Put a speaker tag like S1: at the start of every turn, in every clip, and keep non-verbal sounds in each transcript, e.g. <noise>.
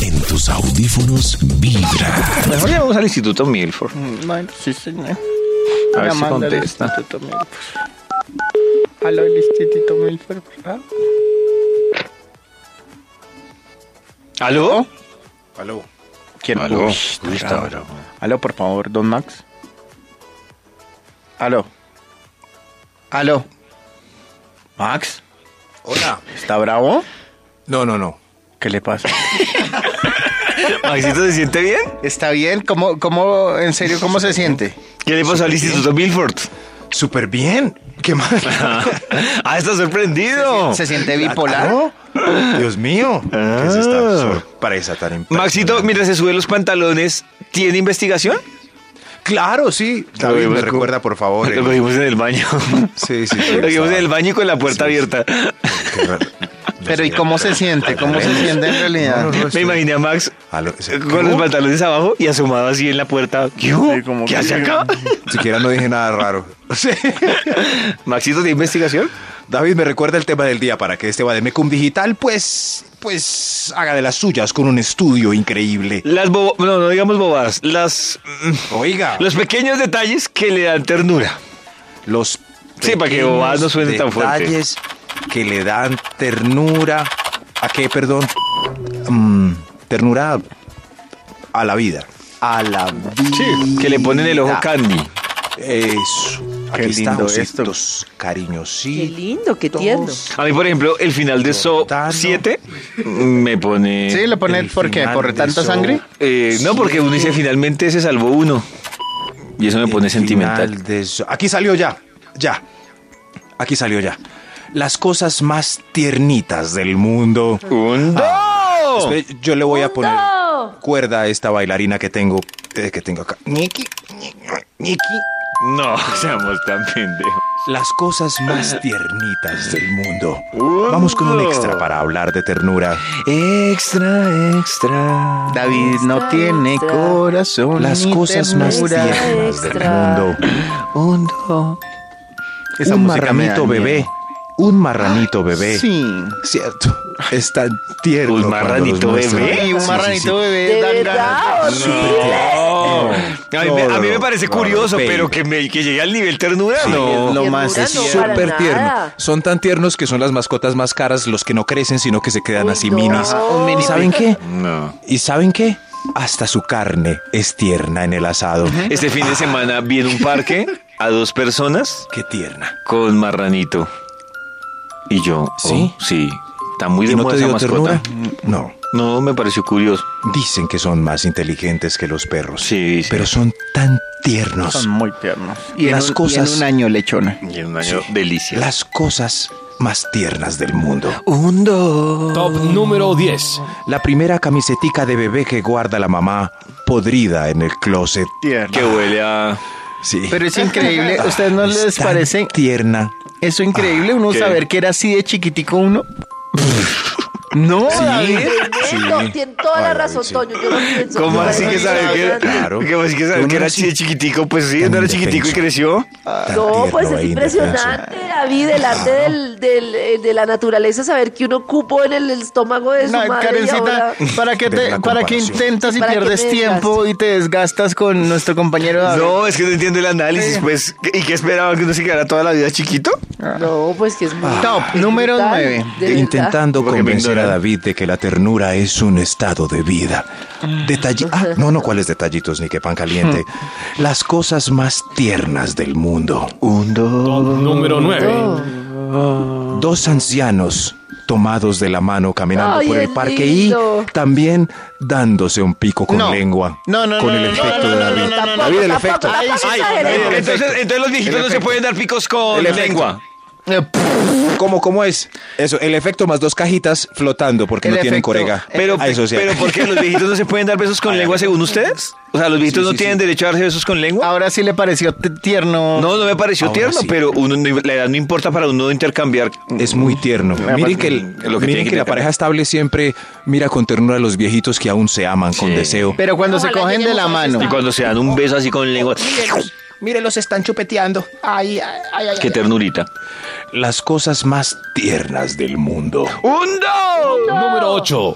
S1: En tus audífonos vibra.
S2: Mejor llamamos al Instituto Milford.
S3: Mm, Bueno, sí, señor.
S2: A ver si
S3: Llamando al
S2: contesta.
S3: Instituto Milford. Aló, el Instituto Milford, ¿verdad?
S2: ¿Aló?
S4: Aló.
S3: ¿Quién?
S2: Aló.
S3: Uy, está bravo. Aló, por favor, don Max. Aló. Aló. Max,
S4: Hola.
S3: ¿está bravo?
S4: No, no, no.
S3: ¿Qué le pasa?
S2: ¿Maxito se Ah, siente bien?
S3: ¿Está bien? ¿Cómo, cómo, en serio, cómo se siente?
S2: ¿Qué le pasó al Instituto Milford?
S4: Súper bien. ¿Qué más?
S2: ah, <laughs> está sorprendido.
S3: ¿Se siente <laughs> bipolar? Ah.
S4: Aló. Ah, Dios mío. ¿Qué es esta sorpresa tan impresionante?
S2: Maxito, mientras se sube los pantalones, ¿tiene investigación?
S4: Claro, sí. David,
S2: vimos
S4: me
S2: con-
S4: recuerda, por favor.
S2: Lo
S4: el-
S2: cogimos en el baño.
S4: Sí, sí.
S2: <laughs>
S4: sí,
S2: Lo cogimos en el
S4: estaba-
S2: baño y con la puerta
S4: Sí, sí.
S2: abierta.
S4: Qué raro.
S3: <laughs> Pero ¿y cómo se siente? ¿Cómo se siente en realidad?
S4: No,
S2: Me
S4: sí.
S2: imaginé a Max
S4: Aló, se-
S2: con los
S4: ¿Cómo?
S2: pantalones abajo y asomado así en la puerta. ¿Qué, hubo?
S3: Sí, como
S2: ¿Qué
S3: que-
S2: hace
S4: <laughs>
S2: acá?
S4: Siquiera no dije nada raro. Sí.
S2: ¿Maxito tiene investigación?
S4: David, me recuerda el tema del día para que este Bademecum Digital, pues, pues, haga de las suyas con un estudio increíble.
S2: Las bobo- No, no digamos bobadas. Las...
S4: Oiga,
S2: Los pequeños detalles que le dan ternura.
S4: los
S2: Sí, para que bobadas no suenen tan fuerte.
S4: detalles que le dan ternura. ¿A qué, perdón? Mm, ternura a la vida. A la vida.
S2: Que le ponen el ojo candy.
S4: Eso.
S3: Qué
S4: Aquí está,
S3: lindo esto.
S4: ositos
S5: Qué
S4: cariñositos.
S5: lindo, qué tierno.
S2: A mí, por ejemplo, el final de So
S4: Jordano.
S2: 7 me pone...
S3: ¿Sí? ¿Le pone
S4: El
S3: por qué?
S4: final
S3: ¿Por
S4: de
S3: tanta
S4: eso-
S3: sangre?
S2: Eh, no, porque uno dice finalmente se salvó uno. Y eso me pone
S4: El
S2: sentimental.
S4: final de eso- Aquí salió ya, ya. Aquí salió ya. Las cosas más tiernitas del mundo.
S2: ¡Un
S4: Ah.
S2: dos!
S4: Espere, yo le voy a poner
S5: ¡Mundo!
S4: cuerda a esta bailarina que tengo, eh, que tengo acá. Niki, Niki.
S2: No, <laughs> seamos tan pendejos.
S4: Las cosas
S3: <laughs>
S4: más tiernitas del mundo. Vamos con
S3: Uh.
S4: un extra para hablar de ternura.
S2: Extra, extra.
S3: David no tiene corazón.
S4: Las
S3: ni
S4: cosas más
S3: ternura.
S4: tiernas del
S5: Extra.
S4: mundo.
S2: Un dos.
S3: Esa
S4: un
S3: música me da
S4: marranito
S3: miedo.
S4: bebé. Un marranito bebé.
S3: Sí.
S4: Cierto. Es tan tierno.
S2: ¿Un
S4: cuando los
S2: marranito
S4: muestran.
S2: bebé?
S3: Y un
S4: Sí, sí,
S3: marranito
S4: sí.
S3: bebé
S5: ¿De
S3: dan ganas.
S5: verdad? ¿O sí?
S2: A mí, me- a mí me
S4: no,
S2: parece
S4: no,
S2: curioso,
S4: baby.
S2: pero que, me, que llegue al nivel ternura, no.
S3: es lo más
S5: Ternura
S3: es
S5: no, para
S4: Súper
S5: nada.
S4: tierno. Son tan tiernos que son las mascotas más caras, los que no crecen, sino que se quedan
S5: Uy,
S4: así
S5: no.
S4: minis.
S5: Ajá, un mini
S4: ¿Y saben qué?
S2: No.
S4: ¿Y saben qué? Hasta su carne es tierna en el asado.
S2: Este fin de semana vi en un parque a dos personas
S4: Qué tierna.
S2: con marranito. Y yo, oh,
S4: ¿Sí?
S2: sí. Está muy
S4: ¿Y
S2: de
S4: no
S2: moda
S4: te
S2: esa
S4: dio
S2: mascota.
S4: ternura? No.
S2: No, me pareció curioso.
S4: Dicen que son más inteligentes que los perros.
S2: Sí, sí.
S4: Pero son tan tiernos.
S3: Son muy tiernos. Y en
S4: Las
S3: un- y
S4: cosas-
S3: en un año lechona.
S2: Y en un año delicia.
S4: Las cosas más tiernas del mundo.
S5: Uh.
S2: Un dos.
S6: Top número 10.
S4: La primera camisetica de bebé que guarda la mamá podrida en el closet.
S3: Tierno.
S2: Que huele a...
S4: Sí.
S3: Pero es increíble. ¿Ustedes no
S4: Es
S3: les
S4: tan
S3: parece
S4: Tierna.
S3: eso increíble? Uno
S4: Ah,
S2: ¿qué?
S3: saber que era así de chiquitico
S4: <laughs>
S3: uno. No, David.
S5: Tremendo,
S4: Sí.
S5: Tiene toda la
S4: Ay,
S5: razón,
S4: sí.
S5: Toño. Yo no pienso.
S2: ¿Cómo
S5: Yo
S2: así que
S5: parece
S2: sabe que,
S5: hablando-
S4: Claro.
S2: ¿Cómo así que sabe que
S4: Uno
S2: era
S4: sí.
S2: así de chiquitico? Pues sí,
S4: Tan
S2: no era chiquitico y
S4: indefenso.
S2: creció.
S4: tan
S5: No,
S4: tierno
S5: pues es
S4: e
S5: impresionante, David, el arte del, del- eh, de la naturaleza, saber que uno cupo en el estómago de su
S3: No,
S5: madre. y
S3: Karencita,
S5: ahora-
S3: <laughs> ¿para qué,
S4: Ven
S3: te,
S4: la
S3: ¿para qué
S4: comparación.
S3: intentas y
S5: ¿Para qué
S3: pierdes
S5: te
S3: tiempo y te desgastas con nuestro compañero David?
S2: No, es que no entiendo el análisis,
S4: Eh.
S2: pues. ¿Y qué esperaban que uno se quedara toda la vida chiquito?
S5: No, pues que es muy.
S3: Top
S5: es
S3: número
S5: brutal,
S3: nueve.
S5: de verdad.
S4: Eh, Intentando
S2: Porque me
S4: convencer a
S2: ignoran.
S4: David de que la ternura es un estado de vida. Detalli ah, no, no, ¿cuáles detallitos ni qué pan caliente? Las cosas más tiernas del mundo.
S2: Un dos.
S6: Top número 9.
S5: No.
S4: Dos ancianos tomados de la mano caminando
S5: Ay,
S4: por el
S5: es
S4: parque
S5: lindo.
S4: y también dándose un pico con
S3: No.
S4: lengua.
S3: No, no,
S4: con
S3: no,
S4: el
S3: no,
S4: efecto
S3: no,
S4: de
S3: no,
S4: David.
S3: no, no, no, no.
S4: David, el
S5: Tampoco,
S4: efecto.
S5: tampoco
S3: Ay,
S5: exageremos.
S3: David,
S2: Entonces, entonces los viejitos no se pueden dar picos con lengua.
S3: Eh,
S4: ¿Cómo, ¿Cómo es? Eso, el efecto más dos cajitas flotando porque
S3: El
S4: no tienen
S3: efecto.
S4: corega.
S2: Pero,
S4: Ah, eso sí.
S2: pero ¿por qué los viejitos no se pueden dar besos con lengua según ustedes? O sea, ¿los viejitos
S4: Sí,
S2: no
S4: sí,
S2: tienen
S4: sí.
S2: derecho a darse besos con lengua?
S3: Ahora sí le pareció t- tierno.
S2: No, no me pareció
S4: Ahora
S2: tierno,
S4: Ah, sí.
S2: pero uno, no- la edad no importa para uno intercambiar.
S4: Es muy tierno. Miren que, el-
S2: lo que tiene
S4: miren
S2: que
S4: que la
S2: tener.
S4: pareja estable siempre mira con ternura a los viejitos que aún se aman con
S2: Sí.
S4: deseo.
S3: Pero cuando se
S5: Ojalá
S3: cogen de la
S5: lleguemos a ese
S3: mano.
S2: Y cuando se dan un beso así con lengua,
S7: Mírelos, están chupeteando. Ay, ay, ay, ay.
S2: qué
S7: ay.
S2: ternurita.
S4: Las cosas más tiernas del mundo.
S2: ¡Un dos!
S6: Número 8.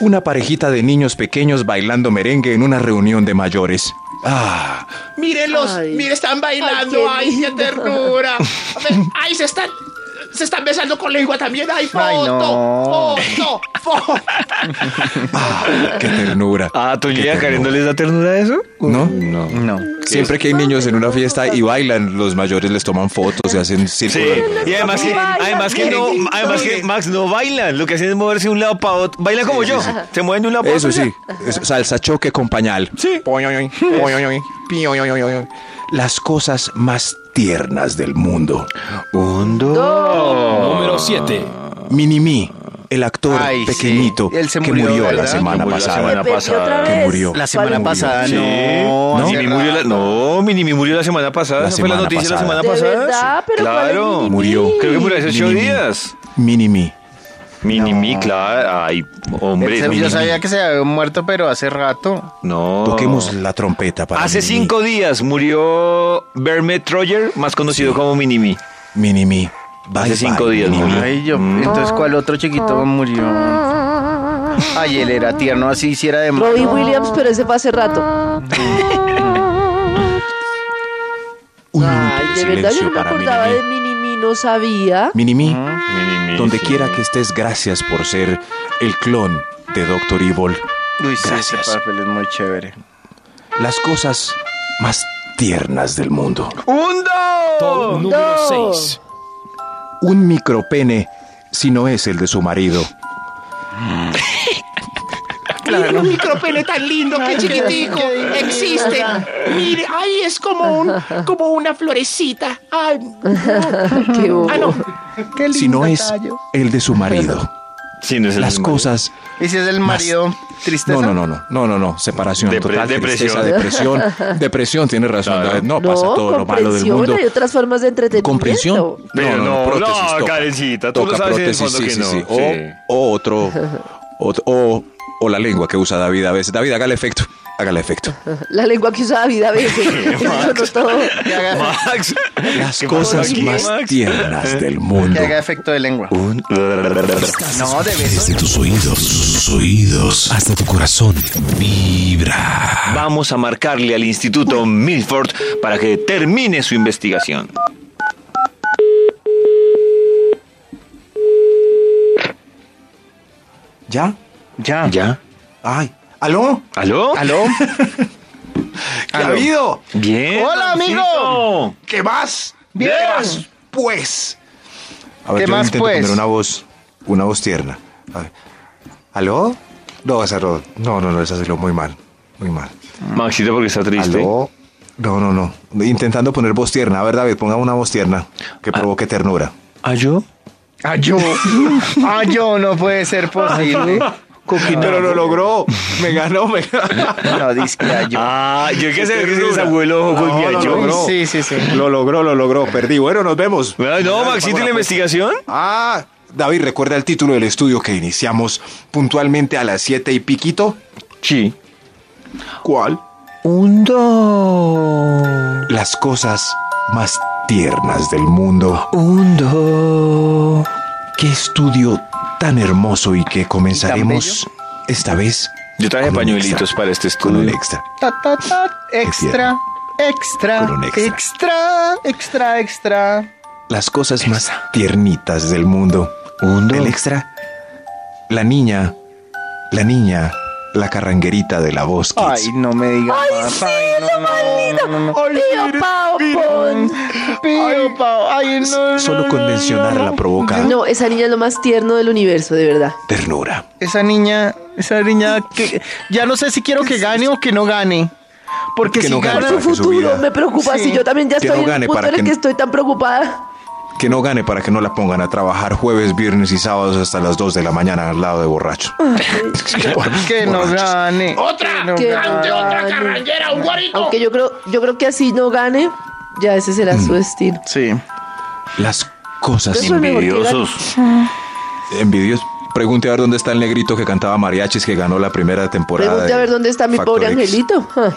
S4: Una parejita de niños pequeños bailando merengue en una reunión de mayores. Ah,
S7: Mírenlos,
S5: Ay.
S7: miren, están bailando,
S5: Ay,
S7: ay,
S5: qué
S7: qué,
S5: lindo.
S7: ternura. A ver, Ay, se están, se están besando con lengua también, ay, foto,
S3: Ay, no.
S7: foto, foto.
S4: ah, qué ternura.
S2: Ah, ¿tú
S4: Qué
S2: llega Karen no
S4: ternura.
S2: les da ternura a eso?
S4: ¿No?
S3: No.
S4: Siempre que hay niños en una fiesta y bailan, los mayores les toman fotos y hacen
S2: Sí,
S4: círculos.
S2: y además que,
S5: Bailan,
S2: además que no,
S5: miren,
S2: además que
S5: miren.
S2: Max no bailan, lo que hacen es moverse de un lado para otro, bailan como yo, se mueven de un lado para
S4: Eso
S2: otro.
S4: sí, es salsa choque con pañal. Sí. Las cosas más tiernas del mundo. Oh,
S6: Número 7.
S4: Minimi, el actor
S3: Ay,
S4: pequeñito
S3: sí. Él se
S4: que
S3: murió,
S4: murió la
S3: ¿verdad?
S4: semana
S2: Que murió la
S4: pasada.
S2: semana
S5: Repetí
S2: pasada.
S5: otra
S4: Que
S5: vez.
S4: murió.
S3: La
S5: ¿Cuál
S3: semana
S5: murió?
S3: pasada,
S2: Sí.
S3: no.
S4: ¿No?
S3: hace
S2: Minimi Ah, murió la, no, Minimi murió la semana pasada.
S4: La
S2: esa fue la
S4: semana
S2: noticia
S4: pasada.
S2: la semana
S5: ¿De
S2: pasada.
S5: verdad? ¿Pero cuál es
S2: claro,
S5: Minimi?
S4: Murió.
S2: Creo que murió hace ocho
S4: Minimi.
S2: días.
S4: Minimi.
S2: Minimi, claro. Ay, hombre.
S3: Él se- Yo
S2: Minimi.
S3: sabía que se había muerto, pero hace rato.
S2: No.
S4: Toquemos la trompeta para
S2: Oh. Hace
S4: Minimi.
S2: cinco días murió Verme Troyer, más conocido como Minimi.
S4: Minimi. Bye,
S2: Hace cinco
S4: bye,
S2: días
S4: Minimi.
S2: murió.
S3: Ay, yo.
S5: Mm.
S3: Entonces, ¿cuál otro chiquito murió? Ay, él era tierno, así hiciera de malo.
S5: Robbie Williams, pero ese fue hace rato.
S4: Un
S5: Ay, de verdad yo no
S4: silencio
S5: me
S4: para
S5: acordaba
S4: Minimi.
S5: de Minimi, no sabía.
S4: Minimi,
S2: Minimi,
S4: donde
S2: Ah, sí.
S4: quiera que estés, gracias por ser el clon de Doctor Evil.
S3: Uy, sí, ese
S4: Gracias.
S3: papel es muy chévere.
S4: Las cosas más tiernas del mundo.
S2: Oh.
S6: Top número 6.
S4: un micropene si no es el de su marido.
S7: Miren un micropene tan lindo, qué chiquitico, existe. Mire, ay, es como un, como una florecita. Ay,
S5: Qué bobo.
S7: ah, no.
S4: Si no es el de su marido.
S2: Sí, no es el
S4: Las
S2: mismo.
S4: cosas.
S3: ¿Y si es el
S4: Más-
S3: marido tristeza?
S4: No, no, no, no, no, no, no. Separación
S2: Depre-
S4: total,
S2: depresión.
S4: tristeza,
S2: <laughs>
S4: depresión, depresión. Tiene razón.
S2: Claro.
S4: No,
S5: No,
S4: pasa todo lo malo del
S5: comprensión, eh,
S4: mundo.
S5: hay otras formas de entretenimiento.
S4: Comprensión.
S2: Pero no, no,
S4: toca.
S2: Karencita, tú lo sabes en el fondo
S4: sí,
S2: que
S4: sí,
S2: no.
S4: sí.
S2: Sí.
S4: O, o otro, otro- o, o la lengua que usa David a veces. David, hágale efecto, hágale
S5: <laughs>
S4: efecto.
S5: La lengua que usa
S4: <laughs>
S5: David a veces. Eso no todo.
S3: Que haga,
S2: Max.
S4: Las
S2: ¿Qué pasó
S4: cosas
S2: aquí,
S4: más
S2: Max? <laughs>
S4: tiernas del
S3: que
S4: mundo.
S3: haga efecto de lengua.
S2: Un-
S3: No, de beso.
S1: Desde tus oídos, sus oídos, hasta tu corazón. Vibra.
S2: Vamos a marcarle al Instituto Milford para que termine su investigación.
S4: ¿Ya?
S3: Ya.
S2: ¿Ya?
S4: Ay. ¿Aló?
S2: ¿Aló?
S3: ¿Aló?
S4: ¿Qué ha habido?
S2: Bien.
S3: Hola, amigo.
S2: Maxito.
S7: ¿Qué más?
S2: Bien.
S7: ¿Qué más? Pues,
S4: A ver,
S3: ¿Qué
S4: yo
S3: más,
S4: intento
S3: pues?
S4: poner una voz, una voz tierna. A ver. ¿Aló? No, esa no, no, no, no, esa salió muy mal, muy mal.
S2: Maxito, porque está triste.
S4: ¿Aló? No, no, no. Intentando poner voz tierna. A ver, David, ponga una voz tierna que provoque ternura.
S2: ¿Ah, yo?
S3: Ah, yo. Ah, yo, no puede ser
S4: <laughs>
S3: posible.
S4: Pero lo logró. Me ganó, me ganó.
S3: No, disque a yo.
S2: Ah, yo que sé que
S4: ternura.
S2: ese abuelo ojo
S4: No,
S2: golpea
S4: no,
S2: yo.
S4: no, no.
S3: Sí, sí, sí.
S4: Lo logró, lo logró. Perdí. Bueno, nos vemos.
S2: Ay, No, Maxito, ¿y la investigación?
S4: Ah, David, ¿recuerda el título del estudio que iniciamos puntualmente a las siete y piquito?
S2: Sí.
S4: ¿Cuál?
S2: Un do.
S4: Las cosas más tiernas del mundo.
S2: Un do.
S4: Qué estudio tan hermoso y que comenzaremos esta vez.
S2: Yo traje
S4: con un
S2: pañuelitos
S4: extra,
S2: para este
S4: Con un
S2: estudio.
S4: extra.
S3: Ta, ta, ta, extra, extra,
S4: Con un extra.
S3: extra, extra, extra.
S4: Las cosas más tiernitas del mundo. El extra. La niña. La niña. La carranguerita de la voz. Kids.
S3: Ay, no me digas.
S5: Ay,
S3: más.
S5: sí,
S3: Ay,
S5: es
S3: no,
S5: lo
S3: no,
S5: más lindo.
S3: no, no.
S5: Pío Pao Pon.
S3: Pío, Pao. Ay, no, no,
S4: Solo
S3: no,
S4: con
S3: no,
S4: mencionarla
S3: no.
S4: provoca
S5: No, esa niña es lo más tierno del universo, de verdad.
S4: ternura.
S3: Esa niña, esa niña que ya no sé si quiero que gane o que no gane. Porque
S4: Que
S3: si
S4: no gane,
S3: gana,
S5: Su
S4: que su vida-
S5: futuro me preocupa.
S3: Sí.
S5: Si yo también ya
S4: Que
S5: estoy
S4: no
S5: en
S4: gane
S5: el punto
S4: para
S5: en el
S4: que-
S5: que estoy tan preocupada.
S4: Que no gane para que no la pongan a trabajar jueves, viernes y sábados hasta las 2 de la mañana al lado de borracho.
S3: que no
S4: Borrachos.
S3: gane.
S7: otra,
S3: que no
S5: Qué
S3: gane.
S7: ante otra
S5: gane.
S7: carranguera, un guarito.
S5: Aunque yo creo, yo creo que así no gane, ya ese será
S4: Mm.
S5: su destino.
S3: Sí.
S4: Las cosas
S5: Eso es mejor que gane.
S2: Envidiosos.
S4: Envidios. Pregunte a ver dónde está el negrito que cantaba mariachis que ganó la primera temporada.
S5: Pregunte a
S4: de
S5: ver dónde está mi
S4: Factor
S5: pobre
S4: X.
S5: angelito. Ah.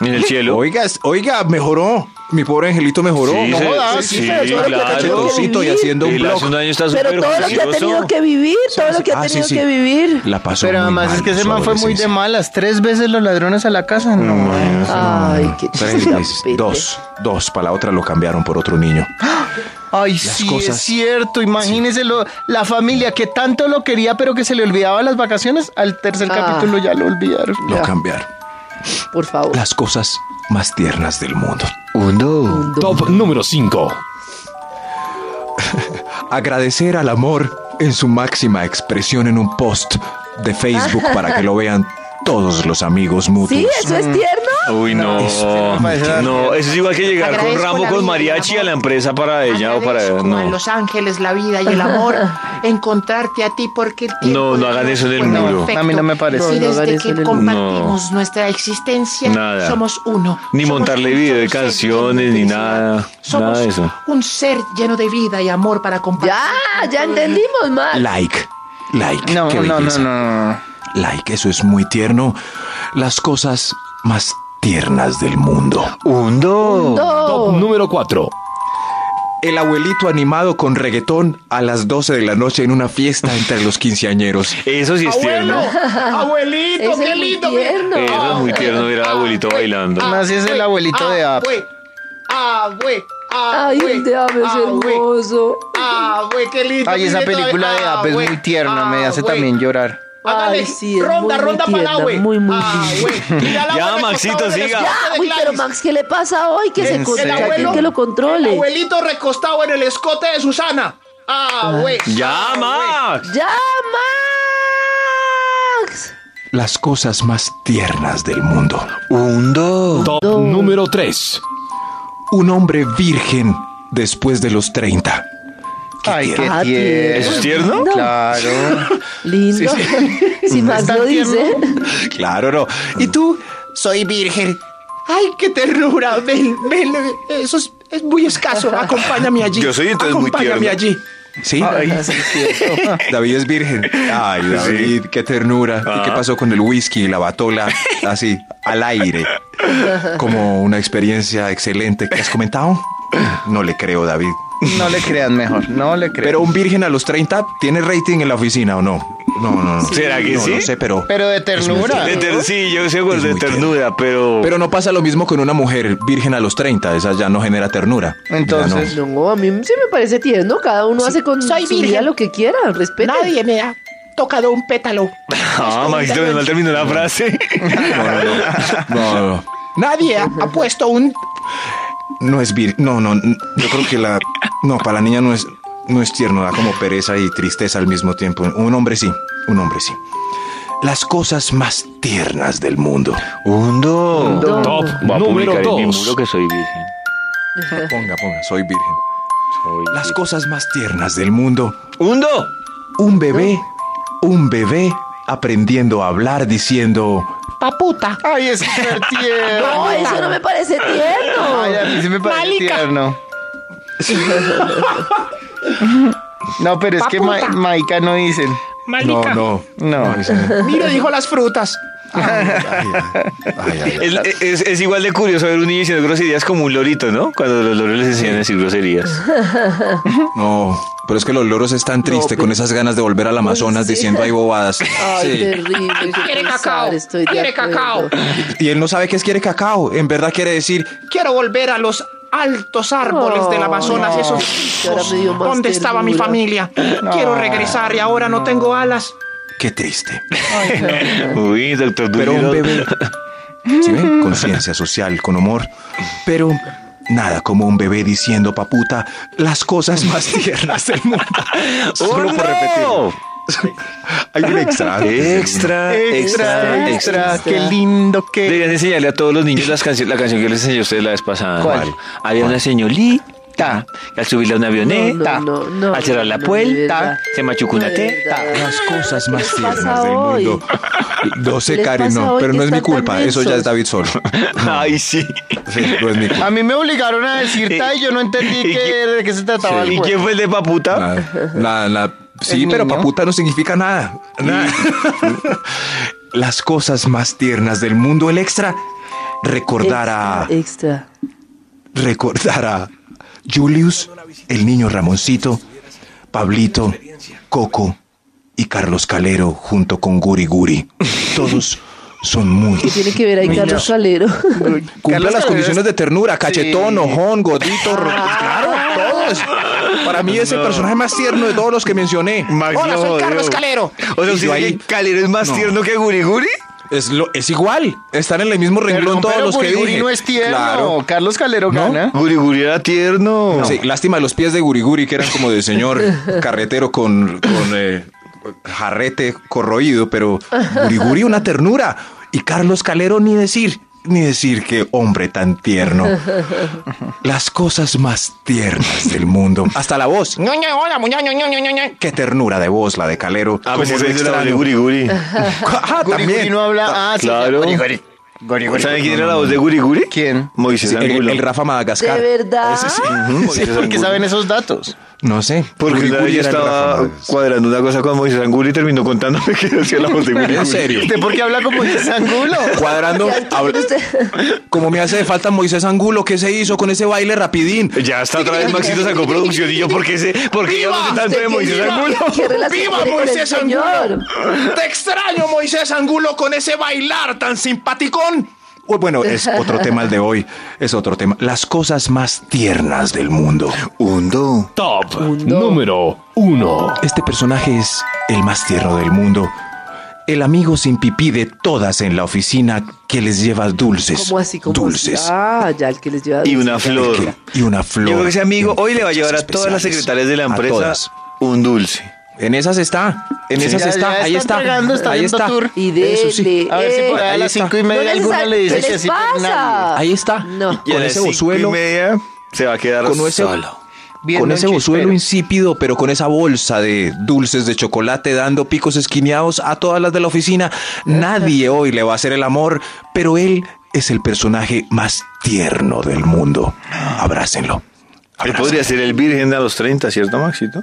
S2: En el cielo.
S4: Oiga, es- oiga, mejoró. Mi pobre angelito mejoró.
S2: Sí,
S4: No
S2: se-
S4: jodas.
S7: jodas,
S2: sí,
S7: sí,
S2: sí,
S7: pero yo creo que
S2: claro.
S4: está chetoncito y haciendo un
S2: Él hace
S4: blog.
S2: un año está
S5: Pero
S2: súper
S5: todo lo que ha tenido
S2: juicioso.
S5: que vivir, todo lo que ha
S4: Ah, sí,
S5: tenido
S4: sí.
S5: que vivir.
S4: La pasó
S3: Pero
S4: muy
S3: además
S4: mal
S3: es que
S4: en
S3: ese
S4: su
S3: man fue muy de
S4: adolescencia.
S3: malas. Tres veces los ladrones a la casa. No, man.
S5: Ay, qué
S4: Tres,
S5: chiste.
S4: dos, dos, para la otra lo cambiaron por otro niño.
S3: Ay, sí,
S4: cosas.
S3: es cierto. Imagínese lo- la familia que tanto lo quería, pero que se le olvidaba las vacaciones. Al tercer
S5: Ah.
S3: capítulo ya lo olvidaron.
S4: Lo
S5: Ya.
S4: cambiaron.
S5: Por favor.
S4: Las cosas más tiernas del mundo.
S3: Uno.
S6: Top número 5.
S4: <laughs> Agradecer al amor en su máxima expresión en un post de Facebook para que lo vean todos los amigos mutuos.
S5: Sí, eso es tierno.
S2: Uy, no.
S3: parece-
S2: No, eso es igual que llegar con
S7: Agradezco
S2: Rambo
S7: la
S2: con
S7: vida,
S2: mariachi
S7: amor.
S2: a la empresa para ella o para.
S7: Agradezco a
S2: No.
S7: Los Ángeles, la vida y
S5: <laughs>
S7: el amor. encontrarte a ti porque el tiempo
S2: No, no
S7: de
S2: hagan
S7: Dios
S2: eso en el
S7: fue
S2: muro.
S7: perfecto.
S3: A mí no me parece.
S7: Y
S5: No, no hagan
S7: desde
S5: eso en
S7: que
S5: el
S7: compartimos nuestra existencia,
S2: Nada.
S7: somos uno.
S2: Ni
S7: Somos
S2: montarle
S7: un
S2: video de
S7: solo ser
S2: canciones, ni
S7: lleno de
S2: nada,
S7: felicidad. Somos
S2: nada de eso.
S7: un ser lleno de vida y amor para compartir.
S5: Ya, ya entendimos más.
S4: Like, like.
S3: No,
S4: qué
S3: no, no, no,
S4: belleza.
S3: no.
S4: Like, eso es muy tierno. Las cosas más tiernas del mundo.
S6: Top número 4.
S4: El abuelito animado con reggaetón a las 12 de la noche en una fiesta entre los quinceañeros.
S2: Eso sí es
S7: Abuelo,
S2: tierno.
S7: abuelito,
S5: Ese
S7: qué
S5: es muy
S7: lindo. mira.
S5: tierno.
S2: Eso es muy tierno ver al abuelito
S5: Ah,
S2: bailando.
S3: No, así es
S5: eh,
S3: el abuelito
S7: ah,
S3: de App.
S7: Abue, abue,
S5: Ay, el de Ave es
S7: abue,
S5: hermoso.
S7: Ah, abue, qué lindo.
S3: Ay, esa
S7: mire todavía.
S3: película
S5: ah,
S3: de App es
S7: Abue,
S3: muy tierna, me hace
S7: abue.
S3: también llorar.
S7: Hágale,
S5: Ay, sí, es muy,
S7: ronda,
S5: muy
S7: ronda para Ah,
S5: tierna,
S7: la
S5: muy, muy
S2: Ya, Maxito, siga.
S5: Uy, pero Max, ¿qué le pasa hoy? Que se
S3: El
S5: contra-
S3: abuelo-
S5: alguien que lo
S7: El
S5: controle.
S7: abuelito recostado en el escote de Susana. Abue.
S5: Ah,
S2: ¡Ya, Max!
S5: ¡Ya, Max!
S4: Las cosas más tiernas del mundo.
S6: Top número 3.
S4: Un hombre virgen después de los 30. Qué
S3: Ay,
S4: tierno.
S5: Ah,
S3: qué tierno.
S2: ¿Eso es tierno?
S3: Claro.
S7: <laughs>
S5: Lindo. Si Max
S3: tan
S5: lo dice.
S4: Claro, no. ¿Y tú?
S7: Soy virgen. Ay, qué ternura. Ven, ven. Eso es, es muy escaso. Acompáñame allí.
S2: Yo soy entonces muy
S7: Acompáñame
S2: tierno.
S7: allí.
S4: Sí. <laughs> David es virgen. Ay, David, qué ternura. ¿Y
S7: Ah.
S4: qué pasó con el whisky y la batola? Así, al aire. Como una experiencia excelente. ¿Qué has comentado? No le creo, David.
S3: No le crean mejor, no le crean.
S4: Pero un virgen a los 30 tiene rating en la oficina o no? No, no, no.
S2: ¿Será que
S4: No,
S2: sí?
S4: No sé, pero.
S3: Pero de ternura.
S2: De ter- sí, yo sé
S4: Es
S2: de
S4: muy
S2: ternura, pero.
S4: Pero no pasa lo mismo con una mujer virgen a los 30. Esa ya no genera ternura. Ya
S3: Entonces,
S5: No, a mí sí me parece tierno. Cada uno hace con
S7: Soy
S5: su vida
S7: virgen.
S5: lo que quiera. Respeta.
S7: Nadie me ha tocado un pétalo.
S2: Ah, Maxito, menos mal terminó la frase.
S4: No, no, no. No,
S2: <laughs>
S4: no, no.
S7: Nadie ha, ha puesto un.
S4: No es vir. No, no. n- Yo creo que la. No, para la niña no es. No es tierno, da como pereza y tristeza al mismo tiempo. Un hombre sí, un hombre sí. Las cosas más tiernas del mundo.
S2: Ah. Undo.
S5: No.
S6: Top
S2: Voy a
S6: número
S2: publicar en mi
S6: 2.
S2: muro que soy virgen.
S4: Ponga, ponga, soy virgen.
S2: Soy
S4: Las cosas más tiernas del mundo.
S2: ¡Undo!
S4: Un bebé, un bebé aprendiendo a hablar diciendo,
S7: Paputa.
S3: ay, es súper tierno.
S5: <laughs> No, eso no me parece
S3: Ay, a
S5: tierno.
S3: mí sí me parece
S7: Malica.
S3: tierno. <laughs> No, pero es que Ma-
S7: Paputa.
S3: Maica no dicen.
S4: no,
S7: Malica.
S4: no,
S3: No.
S4: ese-
S7: <laughs> Mira, dijo las frutas.
S4: ay, ay, ay, ay.
S2: Es, es- es igual de curioso ver un niño diciendo groserías como un lorito, ¿no? Cuando los loros les enseñan a decir groserías.
S4: no, pero es que los loros están tristes con esas ganas de volver al Amazonas
S5: sí.
S4: diciendo hay bobadas.
S5: Ay,
S4: Sí.
S5: terrible. qué
S7: Quiere
S5: pesar,
S7: cacao.
S5: Estoy de
S7: Quiere
S5: acuerdo.
S7: cacao.
S4: Y él no sabe qué es quiere cacao, en verdad quiere decir,
S7: Quiero volver a los altos árboles del Amazonas,
S5: no.
S7: esos
S5: Y ahora me dio más
S7: donde estaba mi
S5: ternura.
S7: familia. Quiero regresar y ahora no tengo alas.
S4: qué triste.
S2: Uy, doctor
S4: Pero un
S2: Dolittle.
S4: <laughs> bebé, ¿sí ven? Conciencia social, con humor, pero... Nada como un bebé diciendo, paputa, las cosas más tiernas del
S2: <laughs>
S4: mundo.
S2: ¡Oh,
S4: Solo por repetirlo.
S2: ¡Undo!
S4: <laughs> Hay un extra.
S2: Extra, extra,
S3: Extra,
S2: extra.
S3: extra, qué lindo que.
S2: Deberían enseñarle a todos los niños las cancio- la canción que les enseñé a ustedes la vez pasada.
S3: ¿Cuál?
S2: Había una señorita que al subirle a una avioneta,
S5: No, no, no,
S2: al cerrar la
S5: no, de verdad.
S2: puerta, se machucó una
S5: De
S2: teta.
S5: verdad.
S4: Las cosas más
S5: ¿Qué les
S4: tiernas
S5: pasa
S4: del
S5: hoy?
S4: mundo. No sé,
S5: ¿Qué les
S4: Karen,
S5: pasa
S4: no,
S5: hoy
S4: pero
S5: que
S4: no es mi
S5: están tan
S4: culpa. Eso ya
S5: densos?
S4: es David solo.
S2: Ay, sí.
S4: <laughs> Sí, no es mi culpa.
S3: A mí me obligaron a decir
S2: Eh,
S3: tal y yo no entendí
S2: ¿y
S3: que-
S2: quién-
S3: de qué se trataba el
S2: ¿Y
S3: juego.
S2: quién fue el de paputa?
S4: Nada, nada, nada. Sí,
S3: El
S4: pero
S3: niño.
S4: paputa no significa nada. Nada. <laughs> Las cosas más tiernas del mundo. El extra. eh. Recordar a
S5: Extra.
S4: recordar a Julius, el niño Ramoncito, Pablito, Coco y Carlos Calero junto con Guri Guri. <laughs> Todos son muy...
S5: ¿Qué tiene que ver ahí Carlos Salero?
S4: Cumpla
S3: Carlos
S4: las
S3: Calero
S4: condiciones
S3: es-
S4: de ternura, cachetón,
S3: Sí. Ah.
S4: ojón, godito, ro- claro, todos. Para mí es el personaje más tierno de todos los que mencioné.
S7: Hola, soy Carlos Calero.
S2: O sea,
S4: Y yo
S2: ¿usted
S4: ahí-
S2: dice que Calero es más
S4: No.
S2: tierno que Guri Guri?
S4: Es, lo, es igual, están en el mismo renglón todos
S3: pero
S4: los que
S3: Guriguri
S4: dije.
S3: no es tierno.
S4: Claro.
S3: Carlos Calero
S4: ¿No?
S3: gana.
S2: Guri Guri era tierno.
S4: Sí, lástima los pies de Guriguri que eran como
S3: <laughs>
S4: de señor carretero con, con, eh, jarrete corroído, pero Guriguri una ternura. Y Carlos Calero ni decir, ni decir que hombre tan tierno. Las cosas más tiernas del mundo. Hasta la voz.
S7: Ñoña, hola, muña, ñoña, ñoña, ñoña.
S4: Qué ternura de voz la de Calero.
S2: Ah, pues
S4: Cómo
S2: ese
S4: lo
S2: es la voz de
S4: extraño.
S2: Guri Guri.
S4: Ah,
S3: Guriguri
S4: también.
S3: no habla. Ah, sí,
S2: Claro.
S3: Guriguri. Guriguri. <laughs>
S2: ¿Saben quién era la voz de Guri Guri?
S3: ¿Quién?
S2: Moisés
S4: Sí, el,
S2: Angulo.
S4: el Rafa Madagascar.
S5: <laughs> ¿De verdad?
S4: Ese sí.
S3: Sí, porque saben esos datos.
S4: No sé.
S2: Porque
S4: Guriguri
S2: una vez yo
S4: era el Rafa
S2: estaba
S4: Madagascar.
S2: cuadrando una cosa con Moisés Angulo y terminó contándome <laughs> que hacía la voz de Guri
S4: En
S2: Guri.
S4: serio.
S3: ¿Usted por qué habla como
S4: <laughs>
S3: ese angulo?
S4: Cuadrando.
S5: Ya, ¿quién
S4: habla-
S5: usted?
S4: Como me hace de falta Moisés Angulo, ¿qué se hizo con ese baile rapidín?
S2: Ya está otra vez Maxito sacó producción y yo, ¿por qué, sé, por qué yo no sé tanto de Moisés
S4: <laughs>
S5: ¿Qué
S2: Angulo?
S5: relación
S7: ¡Viva
S5: tiene con el
S7: Moisés
S5: señor?
S7: Angulo! Te extraño, Moisés Angulo, con ese bailar tan simpaticón.
S4: Uy, Bueno, es
S2: <laughs>
S4: otro tema el de hoy. Es otro tema. Las cosas más tiernas del mundo.
S2: Hundo.
S6: Top número 1.
S4: Este personaje es el más tierno del mundo. El amigo sin pipí de todas en la oficina que les lleva dulces.
S5: ¿Cómo así? ¿Cómo
S4: dulces.
S5: así? Ah, ya el que les lleva
S2: Y
S5: dulces.
S2: una flor.
S4: Y una flor.
S2: Yo creo que ese amigo
S4: Y
S2: hoy le va a llevar a
S4: cosas
S2: todas las
S4: especiales.
S2: secretarias de la
S4: A
S2: empresa
S4: todas.
S2: un dulce.
S4: En esas está. En
S3: Sí.
S4: esas
S3: Ya- ya
S4: está. ahí
S3: está
S4: está.
S3: entregando, está
S4: ahí
S3: viendo
S4: está.
S3: tour.
S5: Y dele,
S4: Eso sí.
S3: A ver si por ahí a
S5: eh.
S3: las cinco y
S5: No
S3: media
S5: les
S3: alguna
S5: sa-
S3: le dice
S5: ¿qué
S3: que
S5: les
S3: sí. pues, nadie.
S5: pasa?
S4: Ahí está. Y
S5: No.
S2: Y a
S4: Con
S2: las
S4: ese
S2: cinco y
S4: bozuelo.
S2: media se va a quedar
S4: Con ese-
S2: solo.
S3: Viendo
S4: con
S3: el
S4: ese bozuelo
S3: chispero.
S4: insípido, pero con esa bolsa de dulces de chocolate dando picos esquineados a todas las de la oficina, nadie hoy le va a hacer el amor, pero él es el personaje más tierno del mundo. Abrácenlo.
S2: Él
S4: Abrácenlo.
S2: podría ser el virgen a los 30, ¿cierto, Maxito?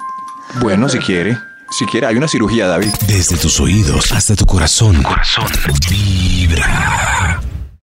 S4: Bueno, si quiere. Si quiere, hay una cirugía, David.
S1: Desde tus oídos hasta tu corazón. Corazón. Vibra.